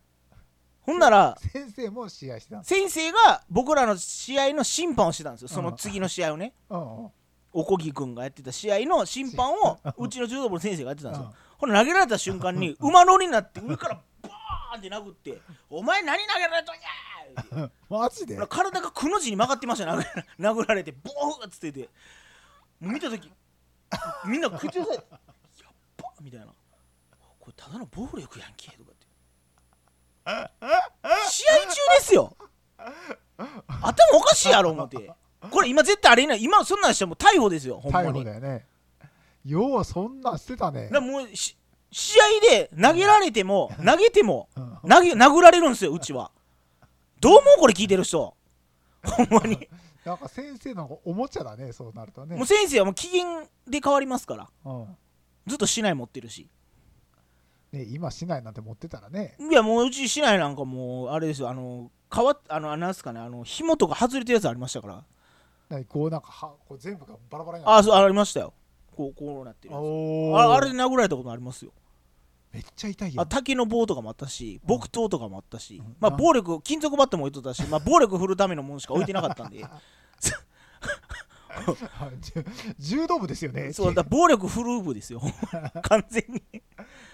S1: ほんなら
S2: 先生も試合してたんです。
S1: 先生が僕らの試合の審判をしてたんですよその次の試合をね
S2: うんうん
S1: おこぎくんがやってた試合の審判をうちの柔道部の先生がやってたんですよほんなら投げられた瞬間に馬乗りになって上からバーンって殴って「お前何投げられたんや!」って
S2: うんマジで
S1: ほら体がくの字に曲がってましたよ殴ら殴られて ボーッつっててもう見た時みんな口を押さえて「やっば!」みたいな「これただの暴力やんけ」とかって試合中ですよ頭おかしいやろ思ってこれ今絶対あれいない今そんなんしたらもう逮捕ですよほんま
S2: 逮捕
S1: に
S2: だよね。ようそんなんしてたね
S1: だか。らもうし試合で投げられても投げても
S2: うん
S1: 投げ殴られるんですようちはどう思うこれ聞いてる人ほんまに
S2: なんか先生のおもちゃだね、そうなるとね
S1: もう。先生はもう機嫌で変わりますから
S2: うん
S1: ずっと市内持ってるし
S2: ね今、市内なんて持ってたらね。
S1: いやもううち市内なんかもうあれですよあの変わっあのあなんすかねあの紐とか外れてるやつありましたから
S2: なんかこうなんかはこう全部がバラバラになっ
S1: あそうあありましたよこうこうなって
S2: て
S1: る
S2: る
S1: やつ
S2: おー
S1: ああれで殴られたことありますよ
S2: めっちゃ痛い
S1: あ
S2: よ。
S1: 竹の棒とかもあったし木刀とかもあったし、
S2: ん
S1: まあ、
S2: あ
S1: 暴力金属バットも置いとったし、まあ、暴力振るためのものしか置いてなか ったんで
S2: じゅ 柔道部ですよね。
S1: そうだから暴力振るう部ですよ 完全 に、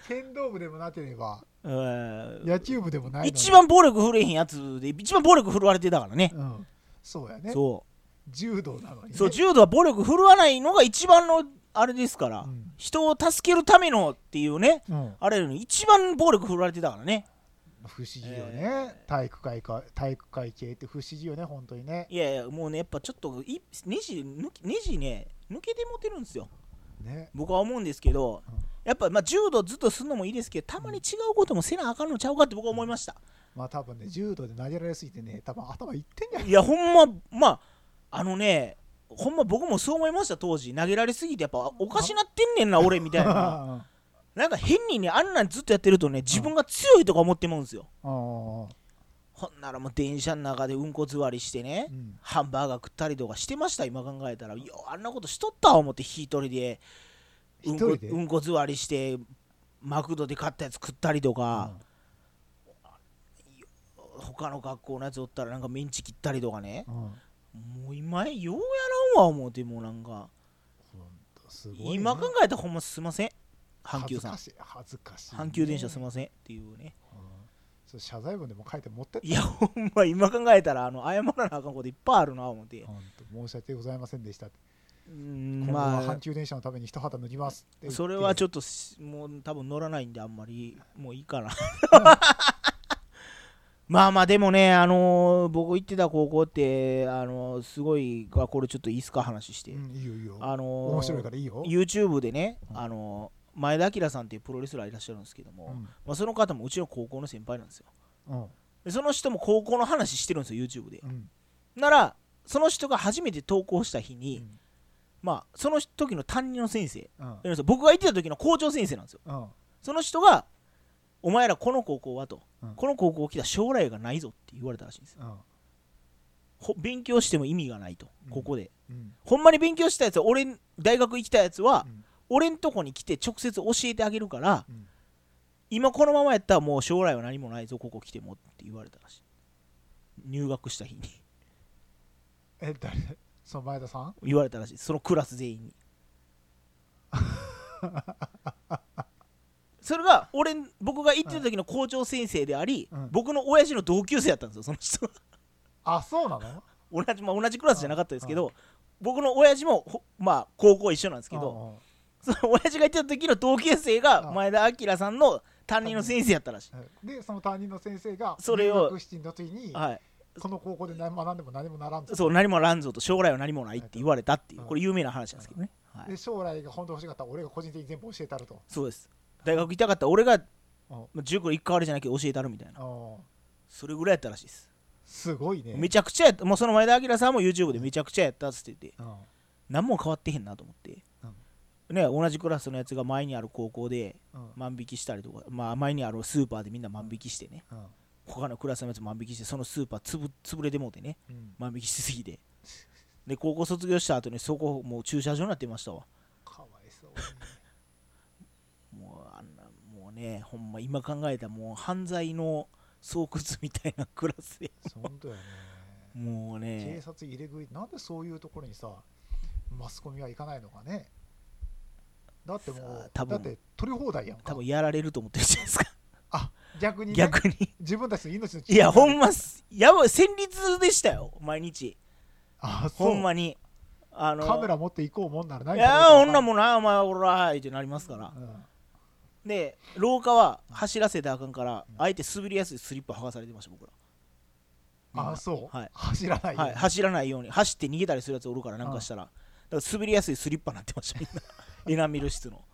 S2: 剣道部でもなければ、
S1: えー
S2: 野球部でもないのに
S1: 一番暴力振れへんやつで一番暴力振るわれてたからね
S2: うん、そうやね
S1: そう
S2: 柔道なのにね
S1: そう柔道は暴力振るわないのが一番のあれですから、
S2: うん
S1: 人を助けるためのっていうね
S2: うん、
S1: あれなのに一番暴力振るわれてたからね
S2: 不思議よね、体育会か体育会系って不思議よね本当にね
S1: いやいやもうねやっぱちょっといネジ抜きネジね抜けてもてるんですよ
S2: ね
S1: 僕は思うんですけど
S2: うん
S1: やっぱまあ柔道ずっとするのもいいですけどたまに違うこともせなあかんのちゃうかって僕は思いました
S2: まあ多分ね柔道で投げられすぎてね多分頭いってんじゃない
S1: いやほんままああのねほんま僕もそう思いました当時投げられすぎてやっぱおかしなってんねんな俺みたい ななんか変にねあんなんずっとやってるとね自分が強いとか思ってまうんですよ
S2: うん
S1: ほんならもう電車の中でうんこ座りしてね
S2: うん
S1: ハンバーガー食ったりとかしてました今考えたらようあんなことしとったわ思って一人でう
S2: 一
S1: んこ
S2: 人で
S1: うんこ座りしてマクドで買ったやつ食ったりとか、他の学校のやつおったらなんかメンチ切ったりとかね
S2: うんうん
S1: もう今ようやらんわ思うてもうなんか
S2: ほんとすごいね
S1: 今考えたらほんますいません阪急さん
S2: 恥ずかしい恥ずかしいね
S1: 阪急電車すいませんっていうね
S2: うんそれ謝罪文でも書いて持ってって
S1: いやほんま今考えたらあの謝らなあかんこといっぱいあるな思って
S2: ほんと申し訳ございませんでしたって
S1: うーん
S2: 今後は
S1: ま
S2: 阪
S1: あ
S2: 急電車のために一旗脱ぎますって言って
S1: それはちょっとしもう多分乗らないんであんまりもういいかな まあまあでもねあのー僕行ってた高校ってあのーすごいあこれちょっといいっすか話して、
S2: うんいいよいいよ
S1: あのー
S2: 面白いからいいよ
S1: YouTube でね、
S2: うん
S1: あのー前田明さんっていうプロレスラーいらっしゃるんですけども、
S2: うん
S1: まあ、その方もうちの高校の先輩なんですよ
S2: うん
S1: でその人も高校の話してるんですよ YouTube で
S2: うん
S1: ならその人が初めて投稿した日
S2: う
S1: に、
S2: ん
S1: まあその時の担任の先生
S2: うん
S1: 要するに僕が行ってた時の校長先生なんですよ
S2: うん
S1: その人が「お前らこの高校はと」
S2: うん
S1: この高校来たら将来がないぞ」って言われたらしいんですよ
S2: うん
S1: ほ勉強しても意味がないと
S2: うん
S1: ここで、
S2: うん
S1: ほんまに勉強したやつは俺ん大学行きたやつは、
S2: うん
S1: 俺んとこに来て直接教えてあげるから、
S2: うん
S1: 今このままやったらもう将来は何もないぞここ来てもって言われたらしい入学した日に
S2: え誰その前田さん
S1: 言われたらしいそのクラス全 員にそれが俺ん僕が行ってた時の校長先生であり、
S2: うん
S1: 僕の親父の同級生やったんですよその人
S2: あそうなの
S1: 同じ,、まあ、同じクラスじゃなかったですけど、僕の親父もほまあ高校一緒なんですけど、その親父が行ってた時の同級生
S2: う
S1: が
S2: ん
S1: 前田明さんの担任の先生やったらしい
S2: うん、うんでその担任の先生が
S1: それを
S2: 入学式の時に
S1: はい、
S2: この高校で何学んでも何もならんと
S1: そう何もらんぞと将来は何もないって言われたっていうこれ有名な話なんですけどね、はい
S2: で、将来が本当欲しかったら俺が個人的に全部教えたると
S1: そうです大学行きたかったら俺が
S2: うん
S1: まあ塾一回あれじゃなきゃ教えたるみたいな
S2: うん
S1: それぐらいやったらしいです
S2: すごいね
S1: めちゃくちゃやったもうその前田明さんも YouTube でめちゃくちゃやったっつってて
S2: うん
S1: 何も変わってへんなと思って、ね同じクラスのやつが前にある高校で
S2: うん
S1: 万引きしたりとか、まあ、前にあるスーパーでみんな万引きしてね
S2: うん
S1: 他のクラスのやつ万引きしてそのスーパーつぶ潰れてもうてね
S2: うん
S1: 万引きしすぎてで高校卒業した後にそこもう駐車場になってましたわ
S2: かわいそう
S1: もうあんなもうねほんま今考えたらもう犯罪の巣窟みたいなクラスで
S2: に本当やね
S1: もう
S2: 警
S1: ね
S2: 察入れ食いなんでそういうところにさマスコミは行かないのかねだっても
S1: さあ
S2: う
S1: 多
S2: だ
S1: 分
S2: って取り放題やんか
S1: 多分やられると思ってるじゃないですか
S2: あ逆にね
S1: 逆に
S2: 自分たちの命の
S1: いやほ
S2: ん
S1: んまやばい戦慄でしたよ毎日
S2: あそう
S1: ほんまにあの
S2: カメラ持って行こうもんならない
S1: い
S2: か
S1: や
S2: ら
S1: ー女もなお前おらーいってなりますから
S2: うん
S1: で廊下は走らせたらあかんから、あえて滑りやすいスリッパ剥がされてました僕らみん
S2: あ
S1: な
S2: そう、
S1: はい
S2: 走らないよ、
S1: はい、走らないように走って逃げたりするやつおるからなんかしたらだから滑りやすいスリッパになってましたみんな エナメル質の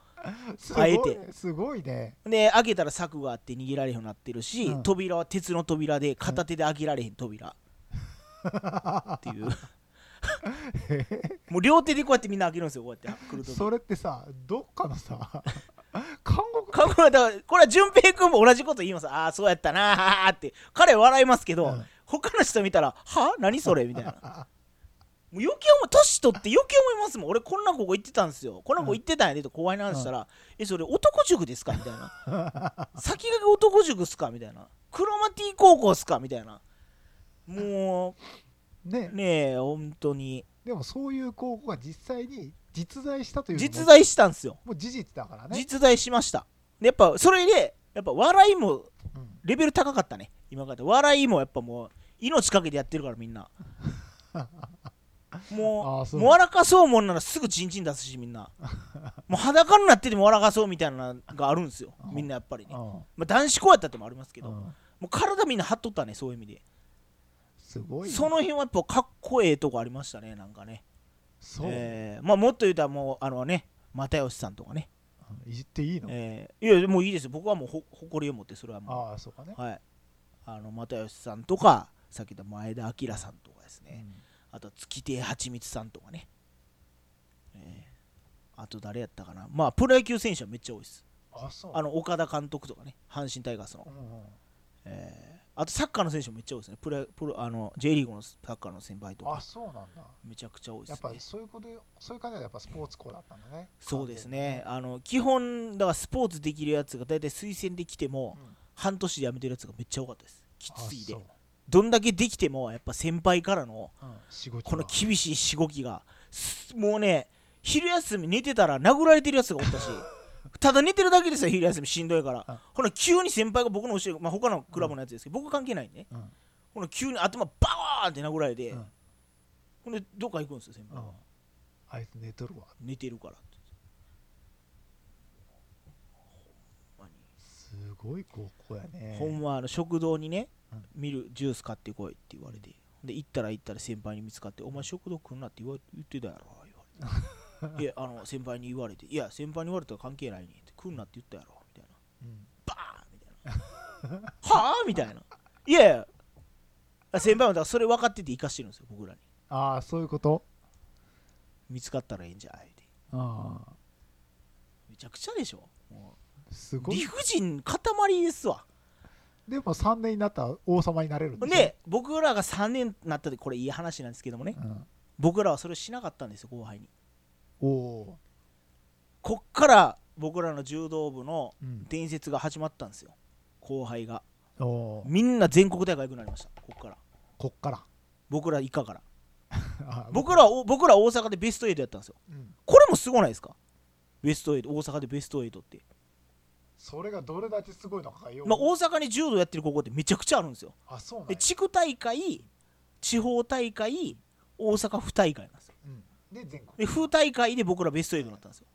S2: すご
S1: あえ
S2: い
S1: て
S2: すごいね
S1: で開けたら柵があって逃げられへんようになってるし、
S2: うん
S1: 扉は鉄の扉で片手で開けられへん扉、って いうもう両手でこうやってみんな開けるんですよこうやって来ると
S2: それってさどっかのさ韓国
S1: 韓国はだからこれは淳平君も同じこと言いますああそうやったな ああって彼笑いますけど、
S2: うん
S1: 他の人見たらは何それみたいなもう余計思う年取って余計思いますもん俺こんな子行ってたんですよこんな子行ってたんやでと後輩の話したら、えそれ男塾ですかみたいな先駆け男塾っすかみたいなクロマティ高校っすかみたいなも
S2: ね
S1: うねえ本当に
S2: でもそういう高校が実際に実在したというのも
S1: 実在したんですよ
S2: もう事実だからね、
S1: 実在しましたでやっぱそれでやっぱ笑いも
S2: うん
S1: レベル高かったね今から笑いもやっぱもう命かけてやってるからみん な
S2: あ
S1: も
S2: あ
S1: う
S2: そう
S1: もう笑かそうもんならすぐチンチン出すしみんなもう裸になってても笑かそうみたいなのがあるんですよ
S2: あ
S1: みんなやっぱりね、
S2: うん
S1: まあ、男子校やったってもありますけど、
S2: う
S1: も
S2: ん
S1: う体みんな張っとったねそういう意味で、
S2: すごいね
S1: その辺はやっぱかっこええとこありましたねなんかね
S2: そう、
S1: えーまあもっと言うたらもうあのね又吉さんとかね、
S2: いじっていいの、
S1: えーいやもういいですよ僕はもうほ誇りを持ってそれはも
S2: ああ、そうかね
S1: う。はいあの又吉さんとかさっき言った前田明さんとかですね、
S2: うん
S1: あと月亭はちみつさんとかね、えーあと誰やったかなまあプロ野球選手はめっちゃ多いです
S2: あ、そう。
S1: あの岡田監督とかね阪神タイガースの
S2: う、んうん
S1: えーあとサッカーの選手もめっちゃ多いですねプロプロあの J リーグのサッカーの先輩と
S2: あ、
S1: か
S2: そうなんだ。
S1: めちゃくちゃ多いで
S2: やっ
S1: すね
S2: ぱりそういうこと、そういう感じはやっぱスポーツ校だったんだね。
S1: そうですねあの基本だからスポーツできるやつが大体推薦できても
S2: うん。
S1: 半年で辞めてるやつがめっちゃ多かったですき
S2: あ
S1: ついで
S2: そう
S1: どんだけできてもやっぱ先輩からの
S2: うん仕事
S1: この
S2: は
S1: 厳しいしごきがすもうね昼休み寝てたら殴られてるやつがおった しただ寝てるだけですよ昼休みしんどいから
S2: あ
S1: ほな急に先輩が僕の後ろ、まあ、他のクラブのやつですけど、僕は関係ないんでね
S2: うん
S1: ほな急に頭バーンって殴られて、
S2: うん
S1: ほんでどっか行くんですよ先輩
S2: う
S1: が、
S2: んあいつ寝とるわ。
S1: 寝てるからってほんまに
S2: すごい高校やね。
S1: ほんまあの食堂にね、
S2: うん
S1: ミルジュース買ってこいって言われてで行ったら行ったら先輩に見つかって「お前食堂食んな」って言わ言ってたやろ言われ ていやあの先輩に言われて「いや先輩に言われたら関係ないねん」って「食んな」って言ったやろみたいな
S2: うん
S1: バーンみたい な「はあ?」みたいな「いやいやあ先輩もだからそれ分かってて生かしてるんですよ僕らに
S2: ああ、そういうこと
S1: 見つかったらええんじゃいって
S2: ああ、
S1: めちゃくちゃでしょも
S2: す
S1: う
S2: ご
S1: 理
S2: い。
S1: 不尽塊ですわ
S2: でも3年になったら王様になれるんしょ
S1: で僕らが3年になったでこれいい話なんですけどもね
S2: うん、
S1: 僕らはそれをしなかったんですよ後輩に
S2: おお
S1: こっから僕らの柔道部の
S2: ー、うん、
S1: 伝説が始まったんですよ後輩が
S2: おおー
S1: みんな全国大会行くようになりましたこっから
S2: こっから
S1: 僕ら以下から
S2: あ
S1: 僕らお僕ら大阪でベスト8やったんですよ
S2: うん、
S1: これもすごないですかベスト8大阪でベスト8って、
S2: それがどれだけすごいのかがよう
S1: まあ、大阪に柔道やってる高校ってめちゃくちゃあるんですよ
S2: あそうなん
S1: で
S2: や
S1: 地区大会地方大会大阪府大会なんですよ
S2: うん、で全国
S1: で府大会で僕らベスト8になったんですよ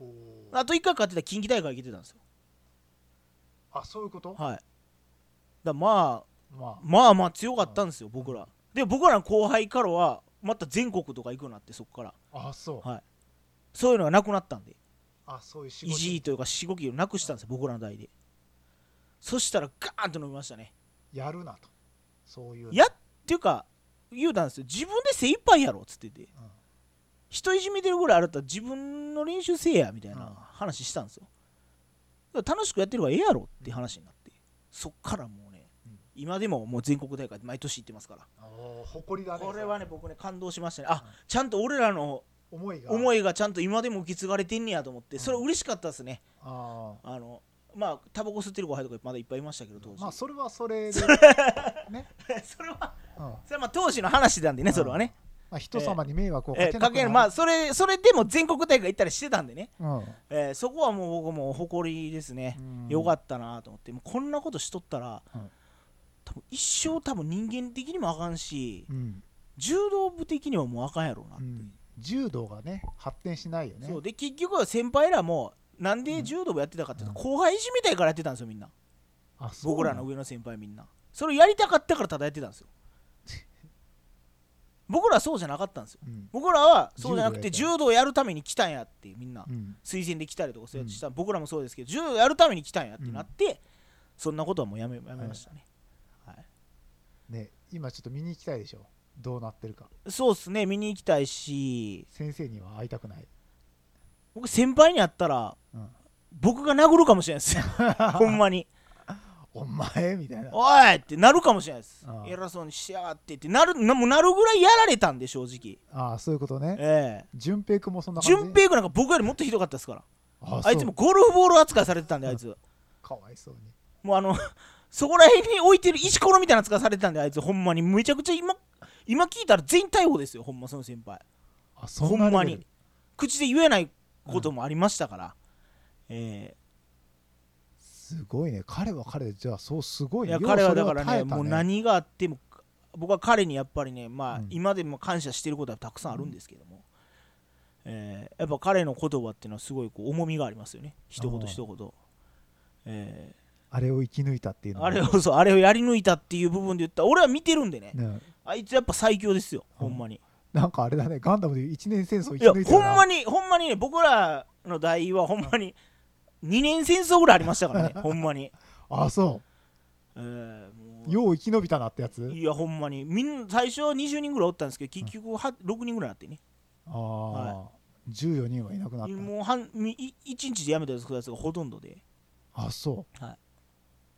S2: おおー
S1: あと1回勝ってたら近畿大会行けてたんですよ
S2: あそういうこと
S1: はいだからまあ
S2: まあ
S1: まあまあ強かったんですよ、僕ら。で、僕らの後輩からは、また全国とか行くようになって、そこから。
S2: あそう、
S1: はいそういうのがなくなったんで、
S2: あそういう仕
S1: 意
S2: 事
S1: 地というか、しごきをなくしたんですよ、僕らの代で。そしたら、ガーンと伸びましたね。
S2: やるなとそういう
S1: やっていうか、言うたんですよ、自分で精一杯やろっつってて、
S2: うん
S1: 人いじめてるぐらいあるったら、自分の練習せえや、みたいな
S2: うん
S1: 話したんですよ。だから楽しくやってればええやろって話になって、そっからもうね
S2: うん、
S1: 今でももう全国大会、毎年行ってますから。
S2: おー誇りだね
S1: これはね僕ね感動しましたねあ、
S2: うん
S1: ちゃんと俺らの
S2: 思いが
S1: 思
S2: い
S1: いがちゃんと今でも受け継がれてんねやと思って、
S2: うん
S1: それ嬉しかったですね
S2: あー
S1: あのまあタバコ吸ってる後輩とかまだいっぱいいましたけど当時、
S2: まあそれはそれで、ね
S1: それは
S2: うんま
S1: それはまあ当時の話なんでねそれはね、
S2: あ、人様に迷惑をか
S1: え
S2: けなく
S1: ー
S2: な
S1: か
S2: る、
S1: けるまあそれそれでも全国大会行ったりしてたんでね、
S2: うん
S1: えーそこはもう僕も誇りですね、
S2: うん
S1: よかったなと思ってもうこんなことしとったら、
S2: うん
S1: 多分一生多分人間的にもあかんし
S2: うん
S1: 柔道部的にはもうあかんやろうなっ
S2: う
S1: て、
S2: ん、柔道がね発展しないよね
S1: そうで結局は先輩らもなんで柔道部やってたかっていうと、後輩いじめたいからやってたんですよみんな
S2: あそう
S1: 僕ら
S2: な
S1: の
S2: んだ
S1: 上の先輩みんなそれをやりたかったからただやってたん ですよ僕らはそうじゃなかったんですよ
S2: うん
S1: 僕らはそうじゃなくて
S2: 柔道や
S1: 柔道やるために来たんやってみんな
S2: うん
S1: 推薦で来たりとかそうやってした、僕らもそうですけど柔道やるために来たんやってなって、そんなことはもうやめやめましたね、はい
S2: ね今ちょっと見に行きたいでしょどうなってるか
S1: そうっすね見に行きたいし
S2: 先生には会いたくない、
S1: 僕先輩に会ったら
S2: うん、
S1: 僕が殴るかもしれない ですよほんまに
S2: お前みたいな
S1: おいってなるかもしれないです
S2: あ。あ
S1: 偉そうにしやがってってなるなもうなるぐらいやられたんで、正直。
S2: ああそういうことね
S1: ええ
S2: 順平君もそんな感じ
S1: 順平君なんか僕よりもっとひどかったですから。
S2: あ
S1: あいつもゴルフボール扱いされてたんで、あいつ。
S2: そうかわいそうに
S1: もうあの、 そこら辺に置いてる石ころみたいな扱いされてたんで、あいつ、ほんまに。めちゃくちゃ今、今聞いたら全員逮捕ですよ、ほんま、その先輩。
S2: あそ
S1: ほ
S2: んなん
S1: ま
S2: レベル
S1: に。口で言えないこともありましたから。ええ
S2: すごいね彼は彼でじゃあそうすごい
S1: い
S2: ね
S1: や
S2: よう
S1: 彼は
S2: それ
S1: だから
S2: 耐え
S1: ね、
S2: た
S1: もう何があっても、僕は彼にやっぱりね、まあ
S2: うん、
S1: 今でも感謝してることはたくさんあるんですけども、えーやっぱ彼の言葉っていうのはすごいこう重みがありますよね、一
S2: あ
S1: 言
S2: ー
S1: 一言。え
S2: あれを生き抜いたっていう
S1: ー
S2: のは
S1: あれをそうあれをやり抜いたっていう部分で言ったら、俺は見てるんでね、
S2: ね
S1: あいつやっぱ最強ですよ、ほんまに。
S2: なんかあれだね、ガンダムで一年戦争生
S1: い
S2: き
S1: や
S2: 抜いて
S1: ほんま
S2: に
S1: にほんまにね僕らの代はほんまに2年戦争ぐらいありました からねほんまに、
S2: あ、そ
S1: えーも
S2: う。
S1: う
S2: よう生き延びたなってやつ
S1: いやほんまにみんな最初20人ぐらいおったんですけど結局は6人ぐらいになってね
S2: ああ、14人はいなくなった。
S1: もう半みい1日で辞めたやつがほとんどで
S2: あ、そ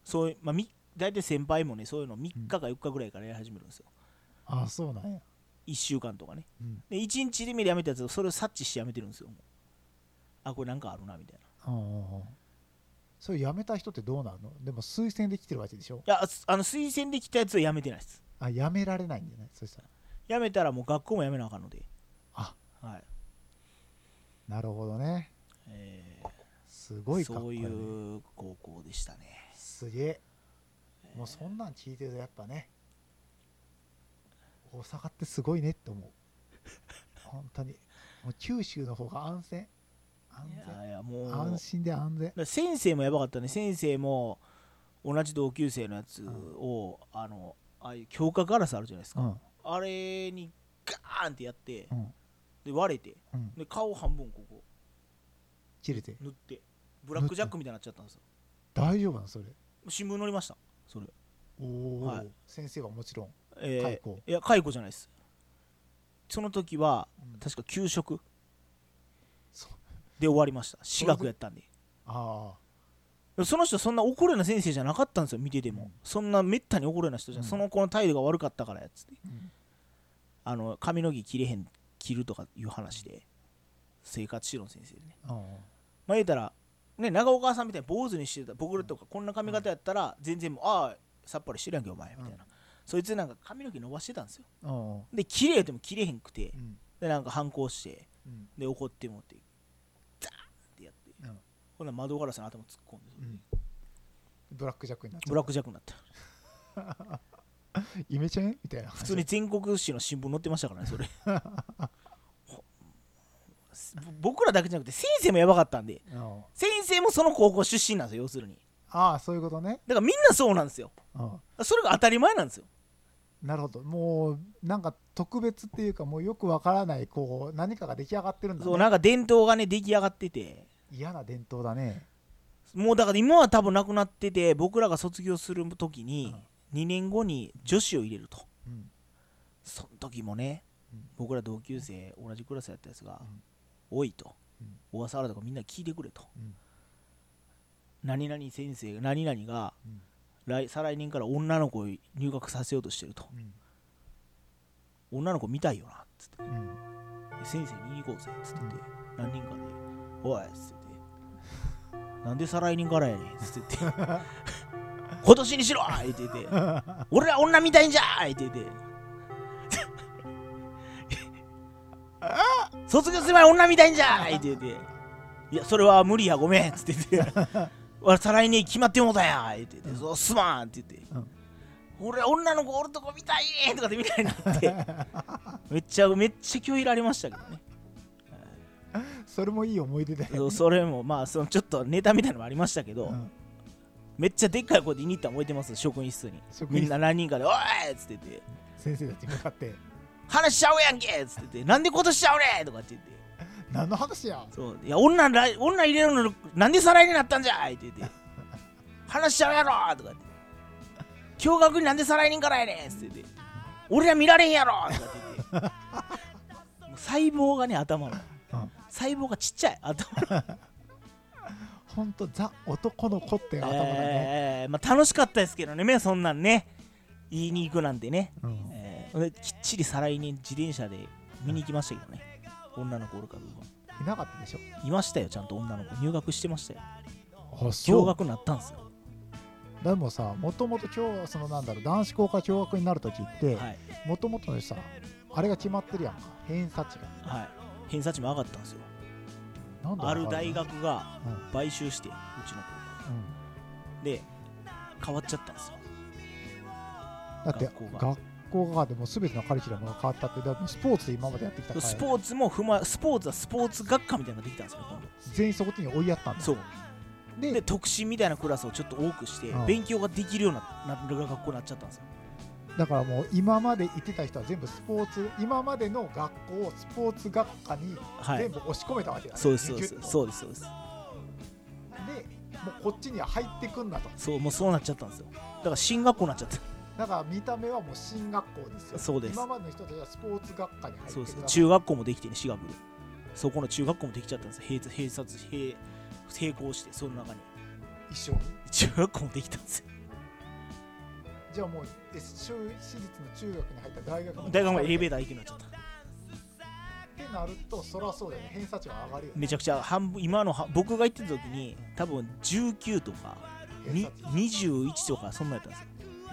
S1: そういう、まあ、み大体先輩もねそういうの3日か4日ぐらいからやり始めるんですよ、
S2: う。あ、そうなんや。
S1: 1週間とかね
S2: うん。
S1: で1日で目で辞めたやつをそれを察知して辞めてるんですよもうあこれなんかあるなみたい
S2: ああ。それ辞めた人ってどうなるのでも推薦できてるわけでしょ
S1: ないやすあの推薦で来たやつは辞めてないです
S2: あ、辞められないんじゃないそしたら。
S1: 辞めたらもう学校も辞めなあかんので
S2: あ、
S1: はい
S2: なるほどね。
S1: え
S2: す
S1: ー
S2: ごいかっ
S1: そ
S2: こ
S1: う
S2: いい、
S1: い
S2: ね。
S1: う高校でしたね
S2: すげえ。もうそんなん聞いてるとやっぱね、大阪ってすごいねって思う。本当に。もう九州の方が安全。安
S1: い
S2: 全。
S1: やいやもう
S2: 安心で安全。
S1: だから先生もやばかったね先生も同じ同級生のやつ
S2: うん
S1: を、あのああいう強化ガラスあるじゃないです
S2: う
S1: か、
S2: ん。
S1: あれにガーンってやって
S2: うん。
S1: で割れて
S2: うん。
S1: で顔半分ここ
S2: 切れて。
S1: 塗ってブラックジャックみたいになっちゃったんですよ
S2: 大丈夫なのそれ。
S1: 新聞載りましたそれ
S2: おお、
S1: はい
S2: 先生はもちろん。
S1: えー
S2: 解雇
S1: いや解雇じゃないですその時は
S2: うん
S1: 確か給食
S2: そう
S1: で終わりました私学やったんで
S2: ああ。
S1: その人そんな怒るような先生じゃなかったんですよ見てても、
S2: うん
S1: そんなめったに怒るような人じゃ、
S2: うん
S1: その子の態度が悪かったからやっつって
S2: うん
S1: あの髪の毛切れへん切るとかいう話で生活指導の先生でね
S2: うん
S1: まあ言うたらね長岡さんみたいに坊主にしてた僕らとかこんな髪型やったら全然もうああさっぱりしてるやんけお前みたいな、
S2: うん
S1: そいつなんか髪の毛伸ばしてたんですよ
S2: うん。
S1: で切れよっても切れへんくて
S2: うん。
S1: でなんか反抗して
S2: うん。
S1: で怒ってもってザーンってやって
S2: うん
S1: ほんなら窓ガラスの頭突っ込んで、
S2: うん。ブラックジャックになっち
S1: ブ
S2: ゃ
S1: ラ
S2: う
S1: ッ。クジャックになった
S2: イメチェンみたいな。
S1: 普通に。全国紙の新聞載ってましたからねそ れほ僕らだけじゃなくて先生もやばかったんで
S2: うん。
S1: 先生もその高校出身なんですよ要するに
S2: ああ、そういうことね。
S1: だからみんなそうなんですよ
S2: うん。
S1: それが当たり前なんですよ
S2: なるほどもうなんか特別っていうかもうよくわからないこう何かが出来上がってるんだ
S1: そう
S2: ね
S1: なんか伝統がね出来上がってて
S2: 嫌な伝統だね
S1: もうだから今は多分なくなってて僕らが卒業する時に2年後に女子を入れると
S2: うん
S1: その時もね
S2: うん
S1: 僕ら同級生同じクラスやったやつが
S2: うん
S1: 「おい」と
S2: うん
S1: 「小笠原とかみんな聞いてくれ」と
S2: うん
S1: 「何々先生が何々が
S2: うん
S1: 来再来年から女の子を入学させようとしてると
S2: うん
S1: 女の子見たいよな」っつって
S2: うん
S1: で先生に言いに行こうぜっつってて、何人かで「おい」っつってて「なんで再来年からやねん」っつってて「今年にしろ!」って言ってて「俺ら女みたいんじゃー!」って言ってて「卒業する前女みたいんじゃー!」って言ってて「いやそれは無理やごめん」っつってて「俺再来年決まってもうたやん」って言って「そうすまん」って言って。
S2: うん
S1: 俺女の子おるとこ見たいねーとかでみたいになってめっちゃめっちゃ拒否られましたけどね
S2: それもいい思い出だよ、
S1: そうそれもまあそのちょっとネタみたいなのもありましたけど、
S2: うん
S1: めっちゃでっかい声で言いに行ったの覚えてます職員室に
S2: 職員
S1: みんな何人かで「おい!」っつってて
S2: 先生たちに向か って
S1: 「話しちゃうやんけ!」っつってて「なんで今年しちゃうねん!」とかって言って
S2: 「何の話や
S1: 「そういや女ら女入れるのなんで再来年になったんじゃい!」って言って「話しちゃうやろ!」とかって「驚愕になんで再来年からやねん!」っつってて「俺ら見られへんやろ!」とかって言って もう細胞がね頭の
S2: うん
S1: 細胞がちっちゃい頭の
S2: ほんとザ男の子」って頭がね、
S1: えーまあ、楽しかったですけどね、そんなんね、言いに行くなんてね、
S2: うん
S1: えーできっちり再来年、自転車で見に行きましたけどね、女の子おるかどうか。
S2: いなかったでしょ
S1: いましたよ、ちゃんと女の子、入学してましたよ。
S2: あ
S1: 驚愕になったんですよ。
S2: でもさもともと今日そのなんだろう男子校から共学になる時って
S1: はい、
S2: もともとのさあれが決まってるやんか偏差値が
S1: はい、偏差値も上がったんですよ。
S2: なんだろう
S1: ある大
S2: れ
S1: 学が
S2: うん
S1: 買収して、うちの
S2: うん
S1: 子で、変わっちゃったんですよ。
S2: だって
S1: 学校が
S2: 学校がでも全てのカリキュラムが変わったってだってスポーツで今までやってきたから
S1: スポーツも踏ま、スポーツはスポーツ学科みたいなのができたんですよ、今度
S2: 全員そこに追いやったんだ
S1: そう
S2: で
S1: で特進みたいなクラスをちょっと多くして
S2: うん
S1: 勉強ができるようなな学校になっちゃったんですよ
S2: だからもう今まで行ってた人は全部スポーツ今までの学校をスポーツ学科に
S1: はい
S2: 全部押し込めたわけだ、ね
S1: そうですそう
S2: ギ
S1: で
S2: ュ
S1: す
S2: ッと
S1: そうですそうです
S2: でもうこっちには入ってくんなと
S1: そうもうそうなっちゃったんですよだから進学校になっちゃった
S2: だから見た目はもう進学校ですよ
S1: そうです
S2: 今までの人たちはスポーツ学科に入って
S1: そうです
S2: ください
S1: 中学校もできてね滋賀部でそこの中学校もできちゃったんですよ併設併設併並行してその中に
S2: 一緒に
S1: 中学校もできたんですよ
S2: じゃあもうえ州私立の中学に入った大学も
S1: 大学もエレベー
S2: ー
S1: ター行くようになっちゃった
S2: ターってなるとそりゃそうだよね偏差値は上がるよね
S1: めちゃくちゃ半分今のは僕が行ってた時に多分19とか
S2: 偏
S1: に
S2: 差値
S1: 21とかそんなんやったんですよ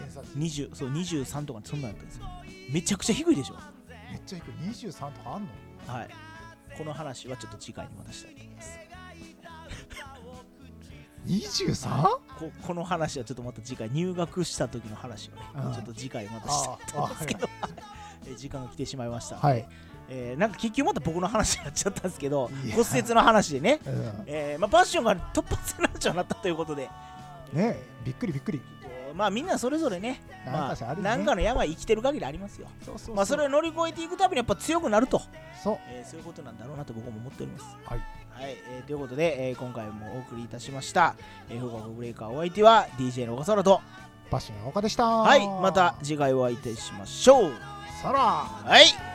S2: 偏差値
S1: 20そう23とかそんなんやったんですよめちゃくちゃ低いでしょ
S2: めっちゃ低い23とかあんの
S1: はいこの話はちょっと次回にまたしたいと思います
S2: 23?
S1: ここの話はちょっとまた次回入学した時の話をね
S2: うん
S1: ちょっと次回またした
S2: あ
S1: い
S2: あ、はい
S1: ですけど え時間が来てしまいました、
S2: はい。
S1: えーなんか結局また僕の話になっちゃったんですけど
S2: いや
S1: 骨折の話でね、
S2: うん
S1: えーまあ、パッションが突発になっちゃうなったということで、
S2: ねびっくりびっくり。
S1: えーまあみんなそれぞれね
S2: なん
S1: ま
S2: かしあ
S1: あ
S2: るね
S1: なんかの病生きてる限りありますよ
S2: そうそう
S1: まあそれを乗り越えていくためにやっぱ強くなると、
S2: そう。
S1: えーそういうことなんだろうなと僕も思っております
S2: はい。
S1: はい、えーということで、えー今回もお送りいたしました「えー、フォーカブレイカー」お相手は DJ の小笠原と
S2: バッシュの岡でした。
S1: はいまた次回お会いいたしましょう
S2: さら。
S1: はい